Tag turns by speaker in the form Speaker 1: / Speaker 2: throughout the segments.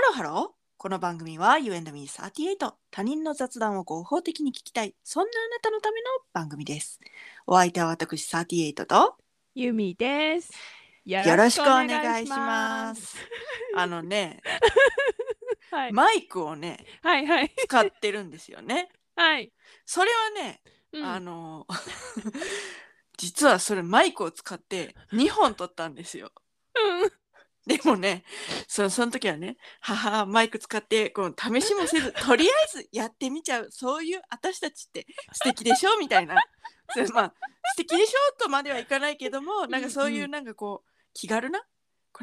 Speaker 1: ロハロー。この番組は You and me38 他人の雑談を合法的に聞きたいそんなあなたのための番組です。お相手は私38と
Speaker 2: ゆみです。よ
Speaker 1: よろしくお願いします。。あのね、
Speaker 2: はい、
Speaker 1: マイクをね
Speaker 2: はいはい
Speaker 1: 使ってるんですよね。
Speaker 2: はい。
Speaker 1: それはね、
Speaker 2: うん
Speaker 1: あの 実はそれマイクを使って2本撮ったんですよ。
Speaker 2: うん
Speaker 1: でもね、そその時はね、母マイク使ってこう試しもせ ず、とりあえずやってみちゃう、そういう私たちって素敵でしょみたいな、 それまあ素敵でしょとまではいかないけども、なんかそういううん
Speaker 2: う
Speaker 1: なんかこう気軽な、こ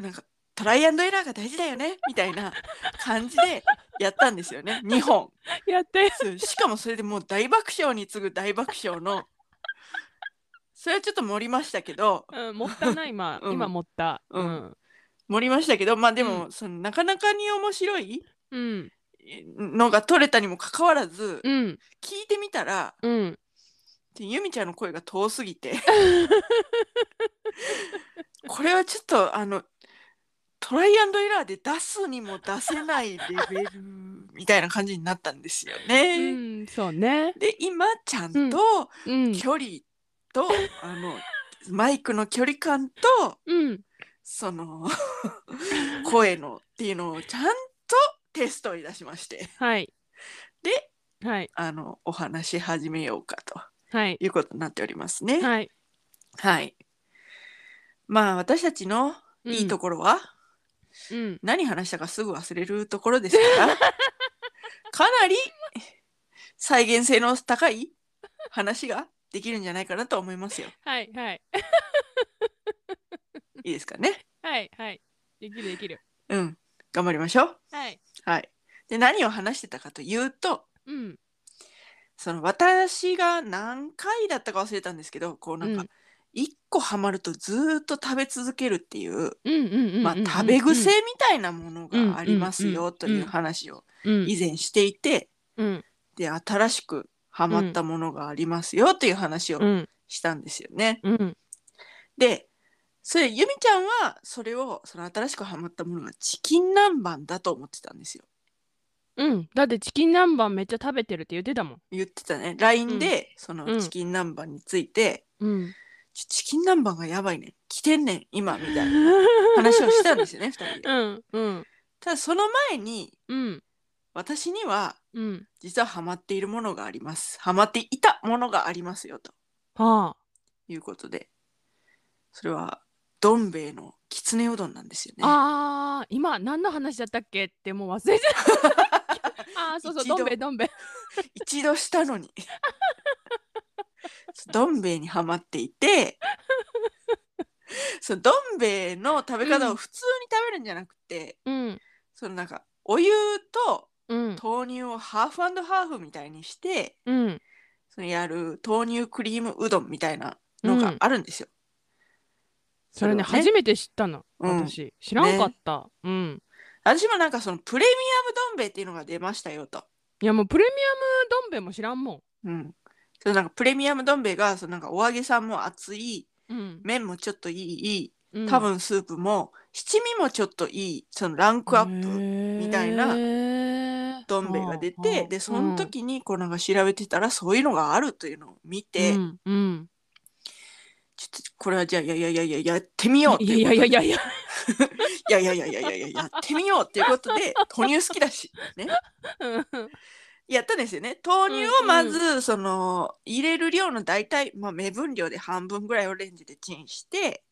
Speaker 1: うなんかトライアンドエラーが大事だよねみたいな 感じでやったんですよね、2本。
Speaker 2: やって。
Speaker 1: そうしかもそれでもう大爆笑に次ぐ大爆笑の、それはちょっと盛りましたけど、
Speaker 2: うん、持ったな今、
Speaker 1: うん
Speaker 2: 今持った。
Speaker 1: う
Speaker 2: うんん。
Speaker 1: 盛りましたけど、まあでも、
Speaker 2: う
Speaker 1: そのなかなかに面白い。
Speaker 2: うん。
Speaker 1: のが取れたにもかかわらず、
Speaker 2: うん。
Speaker 1: 聞いてみたら
Speaker 2: うん。
Speaker 1: ゆみちゃんの声が遠すぎ てこれはちょっとあのトライアンドエラーで出すにも出せないレベルみたいな感じになったんですよ
Speaker 2: う
Speaker 1: ね。
Speaker 2: ん。そうね。
Speaker 1: で今ちゃんと
Speaker 2: うん。
Speaker 1: 距離と、あのマイクの距離感と
Speaker 2: うん。
Speaker 1: そ の声のっていうのをちゃんとテストに出しまして
Speaker 2: はい。
Speaker 1: で
Speaker 2: はい。
Speaker 1: あのお話し始めようかと。
Speaker 2: はい。
Speaker 1: いうことになっておりますね。はい。
Speaker 2: はい。
Speaker 1: まあ私たちのいいと
Speaker 2: こ。
Speaker 1: ころは、
Speaker 2: うん。
Speaker 1: 何話したかすぐ忘れるところですから かなり再現性の高い話ができるんじゃないかなと思いますよ。
Speaker 2: はい。はい。
Speaker 1: いいですかね。
Speaker 2: はい。はい。できる。できる。
Speaker 1: うん。頑張りましょう。
Speaker 2: はい。
Speaker 1: はい。で何を話してたかというと
Speaker 2: うん。
Speaker 1: その私が何回だったか忘れたんですけどこうなん
Speaker 2: う
Speaker 1: か
Speaker 2: ん
Speaker 1: 一個ハマるとずーっと食べ続けるっていう
Speaker 2: うん。うん。うん。
Speaker 1: まあ、
Speaker 2: うん
Speaker 1: 食べ癖み。たいなものがありますよという話を
Speaker 2: うん。
Speaker 1: 以前していて
Speaker 2: うん。
Speaker 1: で新しくハマったものがありますよという話を
Speaker 2: うん。
Speaker 1: したんですよね。
Speaker 2: うん。
Speaker 1: でそれゆみちゃんはそれをその新しくハマったものがチキン南蛮だと思ってたんですよ。
Speaker 2: うん。だってチキン南蛮めっちゃ食べてるって言ってたもん。
Speaker 1: 言ってたね LINE でそうの
Speaker 2: ん
Speaker 1: チキン南蛮について
Speaker 2: うん。
Speaker 1: 「ちょチキン南蛮がやばいねん来てんねん今」みたいな話をしたんですよね2人で。
Speaker 2: うんうん
Speaker 1: ただその前に
Speaker 2: うん
Speaker 1: 私には
Speaker 2: うん
Speaker 1: 実はハマっているものがあります。ハマっていたものがありますよと
Speaker 2: はあ
Speaker 1: いうことで、それはどん兵衛のきつねうどんなんですよね。
Speaker 2: あー今何の話だったっけってもう忘れちゃった あーそうそう
Speaker 1: 一度
Speaker 2: どんべいどんべい
Speaker 1: 一度したのに。どん兵衛にハマっていて、そのどん兵衛の食べ方を普通に食べるんじゃなくて、
Speaker 2: うん
Speaker 1: そのなんかお湯と
Speaker 2: うん
Speaker 1: 豆乳をハーフハーフみたいにして、
Speaker 2: うん
Speaker 1: そのやる豆乳クリームうどんみたいなのがあるんですよ。
Speaker 2: それね
Speaker 1: それをね
Speaker 2: 初めて知ったの
Speaker 1: うん
Speaker 2: 私知らんかったうん
Speaker 1: 私もなんかそのプレミアムどん兵衛っていうのが出ましたよと。
Speaker 2: いやもうプレミアムどんべいも知らんも
Speaker 1: うん。そのなんかプレミアムどん兵衛がそのなんかお揚げさんも熱い
Speaker 2: ん
Speaker 1: 麺もちょっといい
Speaker 2: うん
Speaker 1: 多分スープも、七味もちょっといいそのランクアップ
Speaker 2: ッ
Speaker 1: みたいなどん兵衛が出て、でその時にこうなんか調べてたらそういうのがあるというのを見て、
Speaker 2: うんうん
Speaker 1: ちょっとこれはじゃあいやいやいやいややってみようって
Speaker 2: い
Speaker 1: い
Speaker 2: や
Speaker 1: う
Speaker 2: い
Speaker 1: こ
Speaker 2: や
Speaker 1: と
Speaker 2: いや
Speaker 1: で
Speaker 2: いやいや
Speaker 1: いやいやいやいやいやいややってみようっていうことで豆乳好きだしね
Speaker 2: うん
Speaker 1: やったんですよね豆乳をまず、その入れる量の大体、まあ、目分量で半分ぐらいをレンジでチンして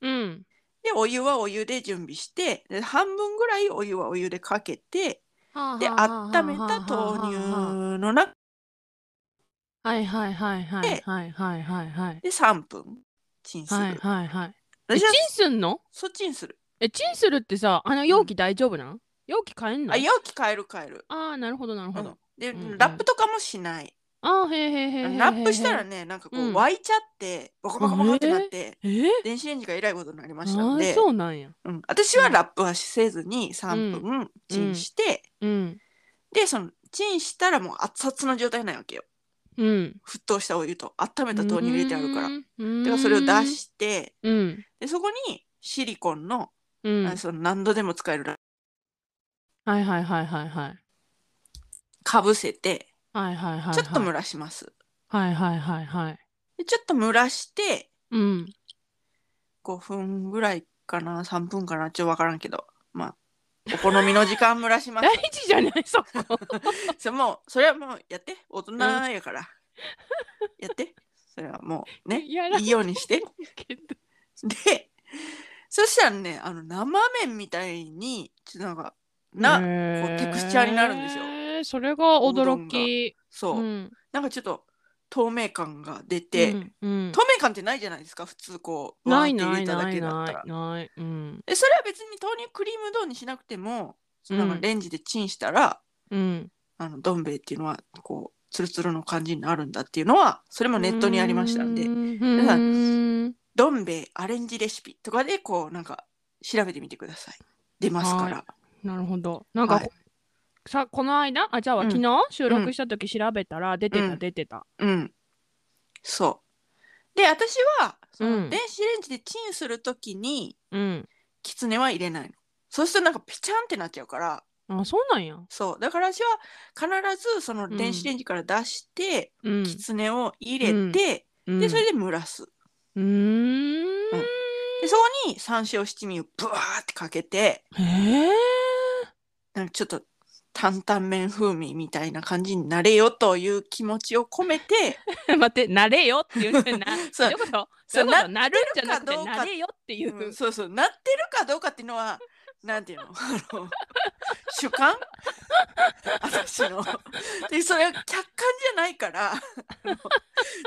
Speaker 2: うん
Speaker 1: でお湯はお湯で準備してで半分ぐらいお湯はお湯でかけてで温めた豆乳の中
Speaker 2: はいはいはいはいはいはいはいはい
Speaker 1: で3分チンする、
Speaker 2: はいはいはい。え
Speaker 1: 私
Speaker 2: チン
Speaker 1: は
Speaker 2: すんの？
Speaker 1: そうチンする
Speaker 2: えチンするってさあの容器大丈夫なん？容器変えんの？
Speaker 1: あ容器変える変える、
Speaker 2: あーなるほどなる
Speaker 1: う
Speaker 2: ほど。
Speaker 1: ん、で、
Speaker 2: うんうん
Speaker 1: ラップとかもしない
Speaker 2: あーへーへーへーへーへー。
Speaker 1: ラップしたらねなんかこ
Speaker 2: う
Speaker 1: うん沸いちゃって、ボコボコボコってなって、
Speaker 2: えー？
Speaker 1: 電子レンジがえらいことになりました
Speaker 2: あ
Speaker 1: の
Speaker 2: ー
Speaker 1: で
Speaker 2: そうなんや。
Speaker 1: うん、私はラップはせずに3分チンして、
Speaker 2: うん
Speaker 1: でそのチンしたらもう熱々の状態なんわけよ
Speaker 2: うん。
Speaker 1: 沸騰したお湯と温めた豆乳入れてあるからだ
Speaker 2: ら
Speaker 1: からそれを出。して
Speaker 2: うん
Speaker 1: でそこにシリコンの,、
Speaker 2: うん
Speaker 1: あ。その何度でも使えるラ
Speaker 2: はいはいはいはいはい。
Speaker 1: かぶせて
Speaker 2: はいはいはいはい。
Speaker 1: ちょっと蒸らします、
Speaker 2: はいはいはいはい。
Speaker 1: でちょっと蒸らして
Speaker 2: うん。
Speaker 1: 5分ぐらいかな3分かなちょっと分からんけどまあお好みの時間蒸らしま
Speaker 2: 大
Speaker 1: す
Speaker 2: 事じゃないそ こ。
Speaker 1: それもうそれはもうやって大人やから、やってそれはもうね
Speaker 2: や ら
Speaker 1: いいようにして
Speaker 2: けど。
Speaker 1: でそしたらねあの生麺みたいにちょっとなんかな、
Speaker 2: な
Speaker 1: こうテクスチャーになるんですよ
Speaker 2: それが
Speaker 1: おうどんが
Speaker 2: 驚き。
Speaker 1: そう、
Speaker 2: うん
Speaker 1: なんかちょっと透明感が出て、
Speaker 2: うんうん
Speaker 1: 透明感ってないじゃないですか普通こう
Speaker 2: ない
Speaker 1: わーって
Speaker 2: な
Speaker 1: 入
Speaker 2: い
Speaker 1: れただ
Speaker 2: な
Speaker 1: け
Speaker 2: い
Speaker 1: だった
Speaker 2: な
Speaker 1: ら
Speaker 2: いない。うん
Speaker 1: でそれは別に豆乳クリーム丼にしなくても、
Speaker 2: うん
Speaker 1: なんかレンジでチンしたら
Speaker 2: うん。
Speaker 1: あのどん兵衛っていうのはこうツルツルの感じになるんだっていうのはそれもネットにありましたんで
Speaker 2: 皆
Speaker 1: さん
Speaker 2: ん
Speaker 1: どん兵衛アレンジレシピとかでこうなんか調べてみてください出ますから
Speaker 2: なるほど。なんか、
Speaker 1: はい
Speaker 2: さこの間あじゃあ、
Speaker 1: うん
Speaker 2: 昨日収録した時調べたら出てた、
Speaker 1: うん
Speaker 2: 出てた。
Speaker 1: うんそうで私はそ
Speaker 2: うん
Speaker 1: の電子レンジでチンするときに
Speaker 2: うん。
Speaker 1: きつねは入れないのそうするとなんかピチャンってなっちゃうから
Speaker 2: あそうなんや。
Speaker 1: そうだから私は必ずその電子レンジから出して、
Speaker 2: うん。
Speaker 1: きつねを入れて、
Speaker 2: うん
Speaker 1: でそれで蒸らす
Speaker 2: うーん。
Speaker 1: でそこに山椒七味をブワーってかけて
Speaker 2: へえ。
Speaker 1: なんかちょっと担々麺風味みたいな感じになれよという気持ちを込めて
Speaker 2: 待って慣れよっていうねな
Speaker 1: そう
Speaker 2: どういうこと
Speaker 1: そ
Speaker 2: そうういうことなるんじゃなく
Speaker 1: なって
Speaker 2: て
Speaker 1: るかどうか
Speaker 2: 慣れよっていう、
Speaker 1: うんそうそうなってるかどうかっていうの はなんていうの あの主観 私の でそれは客観じゃないからあ の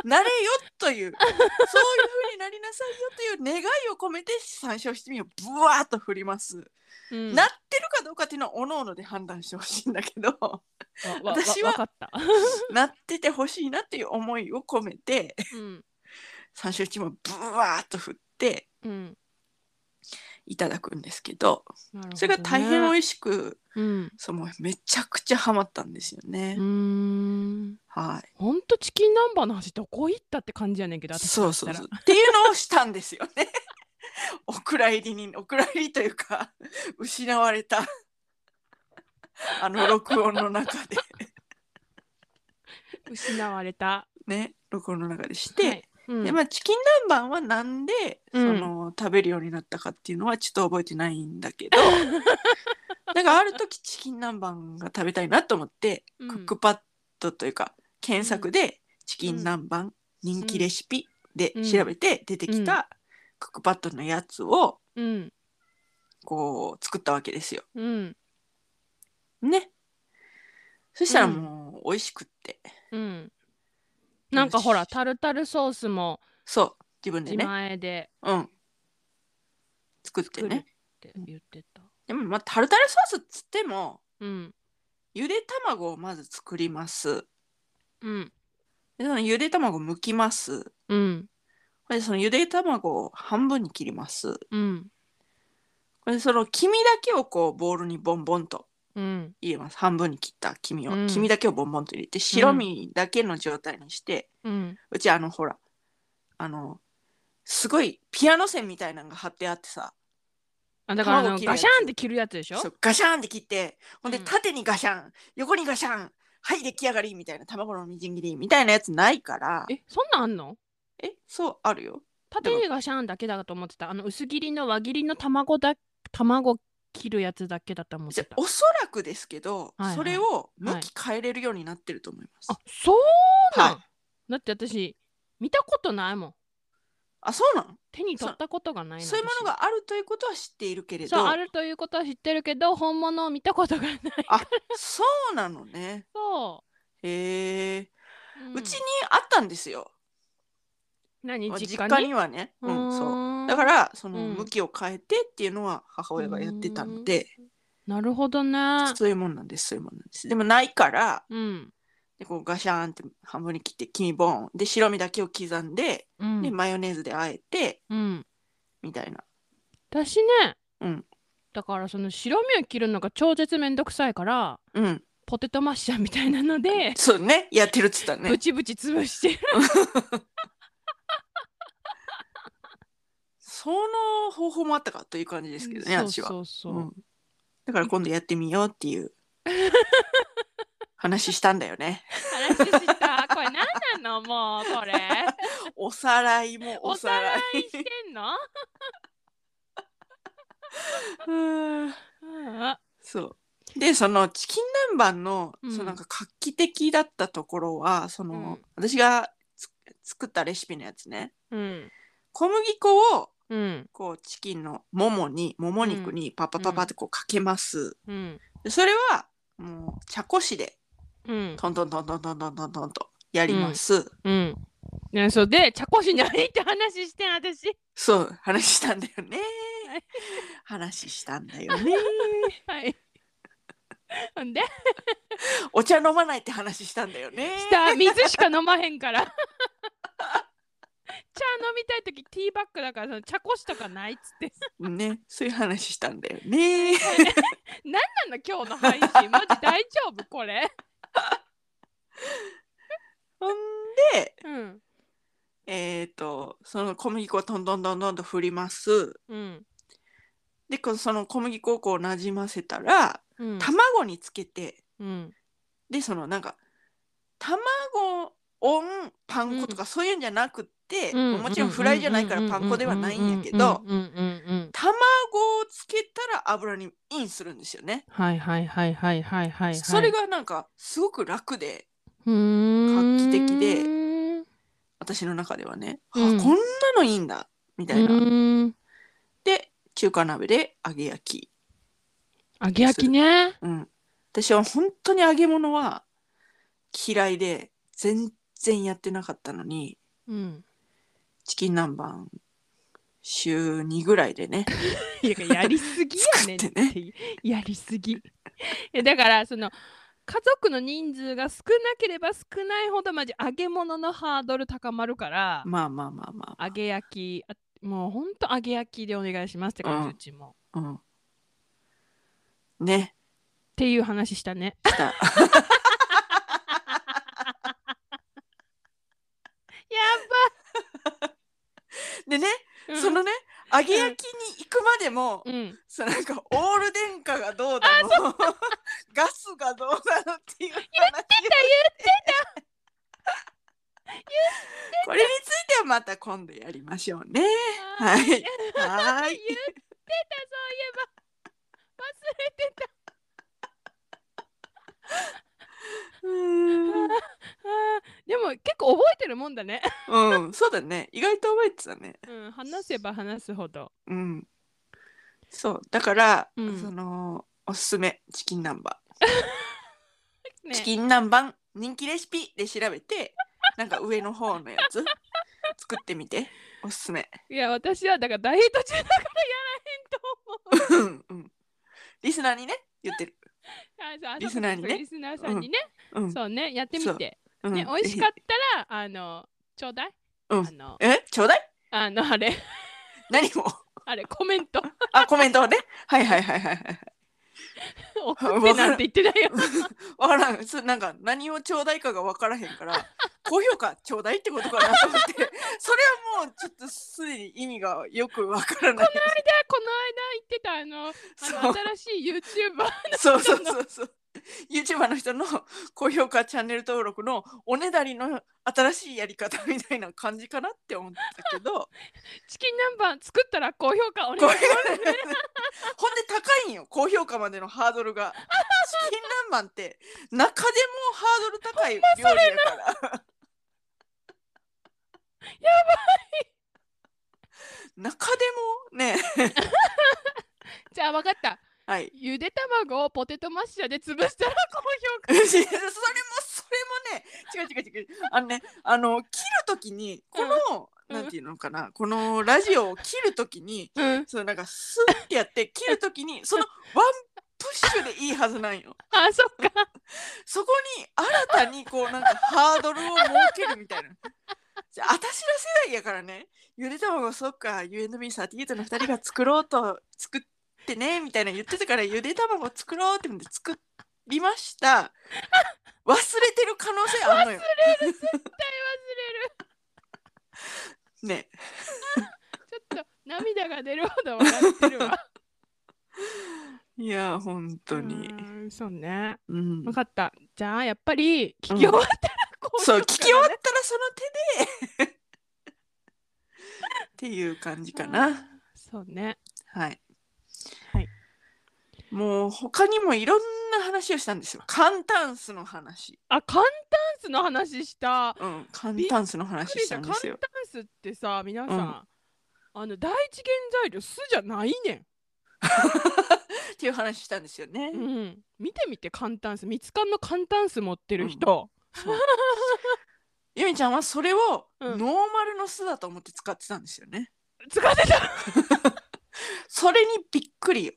Speaker 1: なれよというそういう風になりなさいよという願いを込めて山椒七味をブワーっと振ります。
Speaker 2: うん
Speaker 1: なってるかどうかっていうのはおのおので判断してほしいんだけ ど
Speaker 2: わわ
Speaker 1: 私は
Speaker 2: わかった、
Speaker 1: なっててほしいなっていう思いを込めて
Speaker 2: うん
Speaker 1: 三種一もブワーッと振って
Speaker 2: うん、
Speaker 1: いただくんですけど
Speaker 2: なるほどね
Speaker 1: それが大変美味しく
Speaker 2: うん
Speaker 1: そうもうめちゃくちゃハマったんですよね。
Speaker 2: うーん
Speaker 1: は
Speaker 2: ほんとチキン南蛮の話どこ行ったって感じやねんけど
Speaker 1: い、
Speaker 2: 私
Speaker 1: そうそうそうっていうのをしたんですよね。 お蔵入りにお蔵入りというか失われたあの録音の中で
Speaker 2: 失われた。
Speaker 1: ね録音の中でして。
Speaker 2: はいうん
Speaker 1: でまあ、チキン南蛮はなんで、
Speaker 2: うん
Speaker 1: その食べるようになったかっていうのはちょっと覚えてないんだけ どなんかある時チキン南蛮が食べたいなと思って、
Speaker 2: うん
Speaker 1: クックパッドというか検索で「チキン南蛮人気レシピ」で
Speaker 2: うん
Speaker 1: 調べて出てきたクックパッドのやつを
Speaker 2: うん
Speaker 1: こう作ったわけですよ。
Speaker 2: うん
Speaker 1: ね。そしたらもう美味しくって、
Speaker 2: うん。なんかほらタルタルソースも
Speaker 1: そう自分で
Speaker 2: 自
Speaker 1: ね、
Speaker 2: 前で
Speaker 1: うん、作って
Speaker 2: 作るっ
Speaker 1: ね。
Speaker 2: て言ってた。
Speaker 1: でもまあタルタルソースっつっても
Speaker 2: うん
Speaker 1: ゆで卵をまず作ります。
Speaker 2: うん
Speaker 1: でそのゆで卵を剥きます。
Speaker 2: うん
Speaker 1: これでそのゆで卵を半分に切ります。
Speaker 2: うん
Speaker 1: これでその黄身だけをこうボウルにボンボンと
Speaker 2: うん
Speaker 1: 入れます。半分に切った黄身を、
Speaker 2: うん
Speaker 1: 黄身だけをボンボンと入れて白身だけの状態にして、
Speaker 2: うん
Speaker 1: うちあのほらあのすごいピアノ線みたいなのが貼ってあってさ
Speaker 2: あだからあ
Speaker 1: 卵
Speaker 2: の
Speaker 1: 切るや
Speaker 2: ガ
Speaker 1: つ
Speaker 2: シャンって切るやつでしょ
Speaker 1: そうガシャンって切ってほんで
Speaker 2: うん
Speaker 1: 縦にガシャン、横にガシャンはい出来上がりみたいな卵のみじん切りみたいなやつないから
Speaker 2: えそんなんあんの
Speaker 1: えそうあるよ
Speaker 2: 縦にガシャンだけだと思ってたあの薄切りの輪切りの卵だ卵切るやつだけだと思っ
Speaker 1: じ
Speaker 2: て
Speaker 1: ゃ
Speaker 2: た
Speaker 1: おそらくですけど、
Speaker 2: はいはい
Speaker 1: それを向き変えれるようになってると思います。
Speaker 2: あそうなん、
Speaker 1: はい
Speaker 2: だって私見たことないもん
Speaker 1: あそうなの
Speaker 2: 手に取ったことがないの
Speaker 1: そういうも
Speaker 2: 私
Speaker 1: のがあるということは知っているけれど
Speaker 2: そうあるということは知ってるけど本物を見たことがない
Speaker 1: あそうなのね。
Speaker 2: そ
Speaker 1: へえ、
Speaker 2: う、ん
Speaker 1: うちにあったんですよ
Speaker 2: 何
Speaker 1: 実
Speaker 2: 実
Speaker 1: 家
Speaker 2: 家
Speaker 1: に
Speaker 2: に
Speaker 1: はね。うん、そう
Speaker 2: う
Speaker 1: だからその
Speaker 2: うん
Speaker 1: 向きを変えてっていうのは母親がやってたので、
Speaker 2: らなるほどね
Speaker 1: そういうもんなんですそういうもんなんです。でもないから
Speaker 2: うん
Speaker 1: でこうガシャーンって半分に切って黄身ボンで白身だけを刻んで
Speaker 2: う
Speaker 1: で
Speaker 2: ん、
Speaker 1: マヨネーズで和えて
Speaker 2: うん、
Speaker 1: みたいな。
Speaker 2: 私ね、
Speaker 1: うん
Speaker 2: だからその白身を切るのが超絶めんどくさいから
Speaker 1: うん、
Speaker 2: ポテトマッシャーみたいなので、
Speaker 1: そうねやってるっつったね
Speaker 2: ブ。チブチ潰してる
Speaker 1: その方法もあったかという感じですけどね、
Speaker 2: そう
Speaker 1: 私は。
Speaker 2: そうそう、
Speaker 1: うんだから今度やってみようって いう話したんだよね。
Speaker 2: 話したこれ何なのもうこれ
Speaker 1: おさらいも お
Speaker 2: お
Speaker 1: さら
Speaker 2: さら
Speaker 1: い
Speaker 2: い。してんの
Speaker 1: うん
Speaker 2: うん
Speaker 1: そうでそのチキン南蛮の、
Speaker 2: うん
Speaker 1: そのなんか画期的だったところはその、私がつ作ったレシピのやつね
Speaker 2: うん
Speaker 1: 小麦粉を
Speaker 2: うん
Speaker 1: こうチキンのももにもも肉にパパパパってこうかけます、
Speaker 2: うん
Speaker 1: でそれはもう茶こしで
Speaker 2: うん
Speaker 1: トントントントントントントントンとやります、
Speaker 2: うんねそうで茶こし何って話してん私
Speaker 1: そう話したんだよね 話したんだよね
Speaker 2: はいほんで
Speaker 1: お茶飲まないって話したんだよね
Speaker 2: 下水しか飲まへんから茶飲みたい時ティーバッグだからその茶こしとかないっつって
Speaker 1: ねそういう話したんだよね
Speaker 2: なんなんだ今日の配信マジ大丈夫これ
Speaker 1: ほんで
Speaker 2: うん
Speaker 1: えっ、とその小麦粉をトントントントンと振ります
Speaker 2: うん
Speaker 1: でこうその小麦粉をこうなじませたら
Speaker 2: うん
Speaker 1: 卵につけて
Speaker 2: うん
Speaker 1: でそのなんか卵オンパン粉とかそういうんじゃなくって、
Speaker 2: うん
Speaker 1: もちろんフライじゃないからパン粉ではないんやけど
Speaker 2: うんうんうんうん
Speaker 1: 卵をつけたら油にインするんですよね。
Speaker 2: はいはいはいはいはいはいはい
Speaker 1: それがなんかすごく楽で
Speaker 2: うーん
Speaker 1: 画期的で私の中ではね、あ
Speaker 2: うん
Speaker 1: こんなのいいんだみたいうな。
Speaker 2: ーん
Speaker 1: で中華鍋で揚げ焼き。
Speaker 2: 揚げ焼きね
Speaker 1: うん、私は本当に揚げ物は嫌いで全然やってなかったのに
Speaker 2: うん
Speaker 1: チキン南蛮週2ぐらいでね
Speaker 2: いややりすぎやねん って
Speaker 1: 作っ
Speaker 2: やりすぎいやだからその家族の人数が少なければ少ないほどマジ揚げ物のハードル高まるから
Speaker 1: まあまあまあま
Speaker 2: 揚げ焼きあもうほんと揚げ焼きでお願いしますって感じ、
Speaker 1: うん
Speaker 2: うちもっ
Speaker 1: あ、うん、ね
Speaker 2: ていう話したね
Speaker 1: した でね、
Speaker 2: やば
Speaker 1: そのね揚げ焼きに行くまでも、
Speaker 2: うん
Speaker 1: そうなんかオール電化がどうだの ガスがどうだのっていう話言ってた言ってた これについてはまた今度やりましょうね
Speaker 2: あー
Speaker 1: はい
Speaker 2: 言って
Speaker 1: は
Speaker 2: たそう
Speaker 1: ー
Speaker 2: い
Speaker 1: い
Speaker 2: えば忘れてたあーでも結構覚えてるもんだね、
Speaker 1: うんうんそうだね意外と覚えてたね
Speaker 2: うん、話せば話すほど
Speaker 1: うんそうだから、
Speaker 2: うん
Speaker 1: そのおすすめチキン南蛮、
Speaker 2: ね
Speaker 1: チキン南蛮人気レシピで調べてなんか上の方のやつ作ってみておすすめ
Speaker 2: いや私はだからダイエット中だからやら
Speaker 1: う
Speaker 2: へんと思う
Speaker 1: んうんリスナーにね言ってる。
Speaker 2: あそうあ
Speaker 1: リスナーにね
Speaker 2: そうリスナーさんにね、
Speaker 1: うん
Speaker 2: そうねやってみて、
Speaker 1: うん
Speaker 2: ね美味しかったらあのちょうだい、
Speaker 1: うん
Speaker 2: あの
Speaker 1: ぜひえちょうだい
Speaker 2: あのあれ
Speaker 1: 何を
Speaker 2: あれコメン ト
Speaker 1: あコメントをねはいはいはいはいはい
Speaker 2: 送ってなんて言ってないよ
Speaker 1: わからんすなんか何をちょうだいかがわからへんから高評価ちょうだいってことかなと思ってそれはもうちょっとすでに意味がよくわからない
Speaker 2: この間言ってたあのあの
Speaker 1: そう
Speaker 2: 新しい YouTuber
Speaker 1: そうそうそうそう。YouTuber の人の高評価チャンネル登録のおねだりの新しいやり方みたいな感じかなって思ったけど
Speaker 2: チキン南蛮作ったら高評価お
Speaker 1: 高
Speaker 2: 願
Speaker 1: 評
Speaker 2: い
Speaker 1: 価ほんで高いんよ高評価までのハードルがチキン南蛮って中でもハードル高い料理やからやばい中でもね
Speaker 2: じゃあ分かった
Speaker 1: はい
Speaker 2: ゆで卵をポテトマッシャーで潰したら高評
Speaker 1: それもそれもね違う違う違うあのねあの切る時にこの、
Speaker 2: うん
Speaker 1: なんていうのかなこのラジオを切る時に
Speaker 2: 価うん
Speaker 1: そのなんかスッてやって切る時にそのワンプッシュでいいはずなんよ
Speaker 2: あそっか
Speaker 1: そこに新たにこうなんかハードルを設けるみたいな。じゃあ私ら世代やからねゆで卵そっか UNB38 の2人が作ろうと作ってねみたいな言ってたからゆで卵作ろうって言うんで作りました忘れてる可能性あるのよね
Speaker 2: ちょっと涙が出るほど笑ってるわ
Speaker 1: いやー本当に
Speaker 2: う、ーんそうね
Speaker 1: うん
Speaker 2: 分かったじゃあやっぱり聞き終わったらこうし
Speaker 1: そ
Speaker 2: よ
Speaker 1: う
Speaker 2: う
Speaker 1: 聞き
Speaker 2: かな
Speaker 1: 終わったらその手でっていう感じかな
Speaker 2: そうね
Speaker 1: はい、
Speaker 2: はい、
Speaker 1: もう他にもいろんな話をしたんですよ簡単数の話
Speaker 2: あ簡単数の話した
Speaker 1: うん簡単数の話
Speaker 2: びっくり
Speaker 1: し
Speaker 2: した
Speaker 1: ん
Speaker 2: た
Speaker 1: で
Speaker 2: 簡単
Speaker 1: すよ
Speaker 2: 数ってさ皆さん、
Speaker 1: うん
Speaker 2: あの第一原材料酢じゃないね
Speaker 1: っていう話したんですよね、
Speaker 2: ん、うん、見てみて簡単数三つ缶の簡単数持ってる人、
Speaker 1: そう ゆみちゃんはそれを
Speaker 2: う
Speaker 1: ノー
Speaker 2: ん
Speaker 1: マルの酢だと思って使ってたんですよね、
Speaker 2: 使ってた何にも
Speaker 1: それにびっくりよ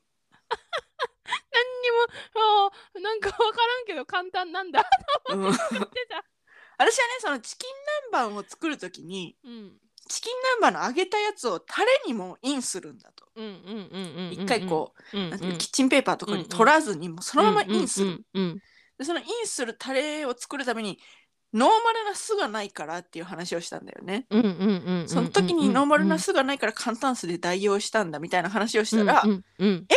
Speaker 2: あーなんか分からんけど簡単なんだ
Speaker 1: うん 私はね
Speaker 2: 言ってた、
Speaker 1: そのチキン南蛮を作るときに
Speaker 2: うん、
Speaker 1: チキン南蛮の揚げたやつをタレにもインするんだと
Speaker 2: うんうんうんうんうん
Speaker 1: 一回こ
Speaker 2: うんう
Speaker 1: う、
Speaker 2: ん
Speaker 1: なんていうのキッチンペーパーとかに取らずにもうそのままインする、
Speaker 2: うんうんうん
Speaker 1: でそのインするタレを作るためにノーマルな酢がないからっていう話をしたんだよね
Speaker 2: うんうんうんうんうんうん
Speaker 1: その時にノーマルな酢がないから簡単酢で代用したんだみたいな話をしたら、
Speaker 2: うんうんうん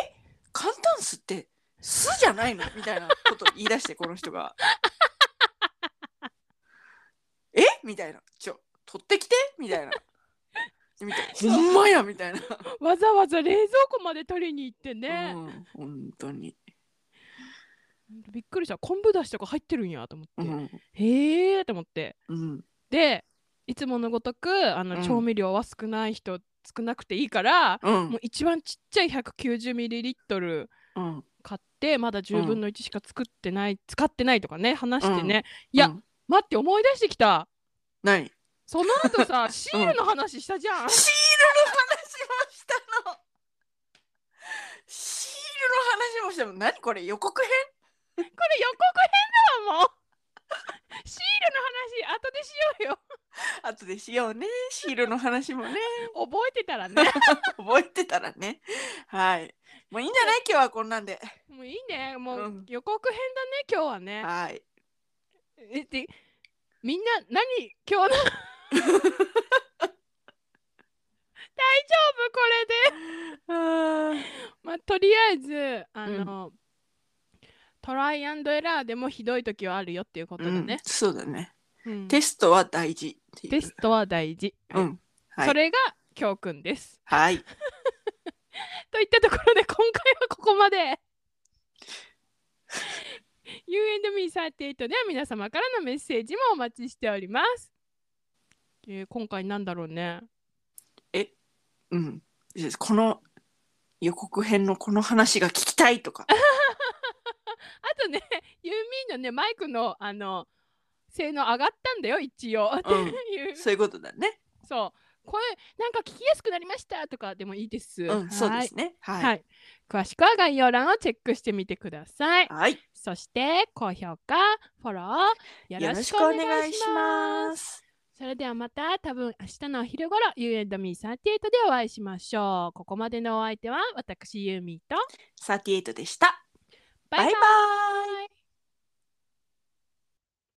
Speaker 1: 簡単酢って酢じゃないのみたいなこと言い出してこの人 が。えみたいな。ちょ取ってきてみたいな。み たいなほんまやみたいな。
Speaker 2: わざわざ冷蔵庫まで取りに行ってね、
Speaker 1: うん、本当に。
Speaker 2: びっくりした昆布だしとか入ってるんやと思
Speaker 1: う
Speaker 2: って、
Speaker 1: ん。
Speaker 2: へえと思って
Speaker 1: うん。
Speaker 2: でいつものごとくあ
Speaker 1: う
Speaker 2: の
Speaker 1: ん
Speaker 2: 調味料は少ない人、少なくていいから、
Speaker 1: うん
Speaker 2: もう。一番ちっちゃい 190ml
Speaker 1: うん。
Speaker 2: 買ってまだ10分の1しか作ってない、使ってないとかね話してね、
Speaker 1: い
Speaker 2: いや、待って思い出してきた
Speaker 1: 何
Speaker 2: その 後さシールの話したじゃん、
Speaker 1: シールの話もしたの。シールの話もしたの。何これ予告編
Speaker 2: これ予告編だわもう シールの話後でしようよ
Speaker 1: 後でしようね。シールの話もね。
Speaker 2: 覚えてたらね
Speaker 1: 覚えてたらね。はい。もういいんじゃない今日はこんなんで。
Speaker 2: もういいねも
Speaker 1: う
Speaker 2: うん予告編だね今日はね
Speaker 1: はい。
Speaker 2: えでみんな何今日の大丈夫 これでまあとりあえずあの、トライアンドエラーでもひどい時はあるよっていうことだ
Speaker 1: うん
Speaker 2: ね、
Speaker 1: そうだね。
Speaker 2: うん
Speaker 1: テストは大事っていう。
Speaker 2: テストは大事、
Speaker 1: うん。はい
Speaker 2: それが教訓です
Speaker 1: はい。
Speaker 2: といったところで今回はここまで You and me38 では皆様からのメッセージもお待ちしております、えー今回なんだろうね
Speaker 1: うん。この予告編のこの話が聞きたいとか。
Speaker 2: あとねユーミンのねマイクのあの性能上がったんだよ一応、 って
Speaker 1: うん
Speaker 2: いう
Speaker 1: そういうことだね。
Speaker 2: そう声なんか聞きやすくなりましたとかでもいいです、
Speaker 1: うん、そう
Speaker 2: は
Speaker 1: で
Speaker 2: い
Speaker 1: すね。
Speaker 2: はい、
Speaker 1: はい。
Speaker 2: 詳しくは概要欄をチェックしてみてください
Speaker 1: はい。
Speaker 2: そして高評価フォローよ
Speaker 1: よ
Speaker 2: ろ
Speaker 1: ろ
Speaker 2: し
Speaker 1: し
Speaker 2: く
Speaker 1: く
Speaker 2: お
Speaker 1: お
Speaker 2: 願
Speaker 1: 願
Speaker 2: い
Speaker 1: い
Speaker 2: し
Speaker 1: しま
Speaker 2: ます
Speaker 1: す。
Speaker 2: それではまた多分明日のお昼頃 You and me38 でお会いしましょうここまでのお相手は私ユーミーと
Speaker 1: 38でした。
Speaker 2: バイバイ
Speaker 1: バイバイ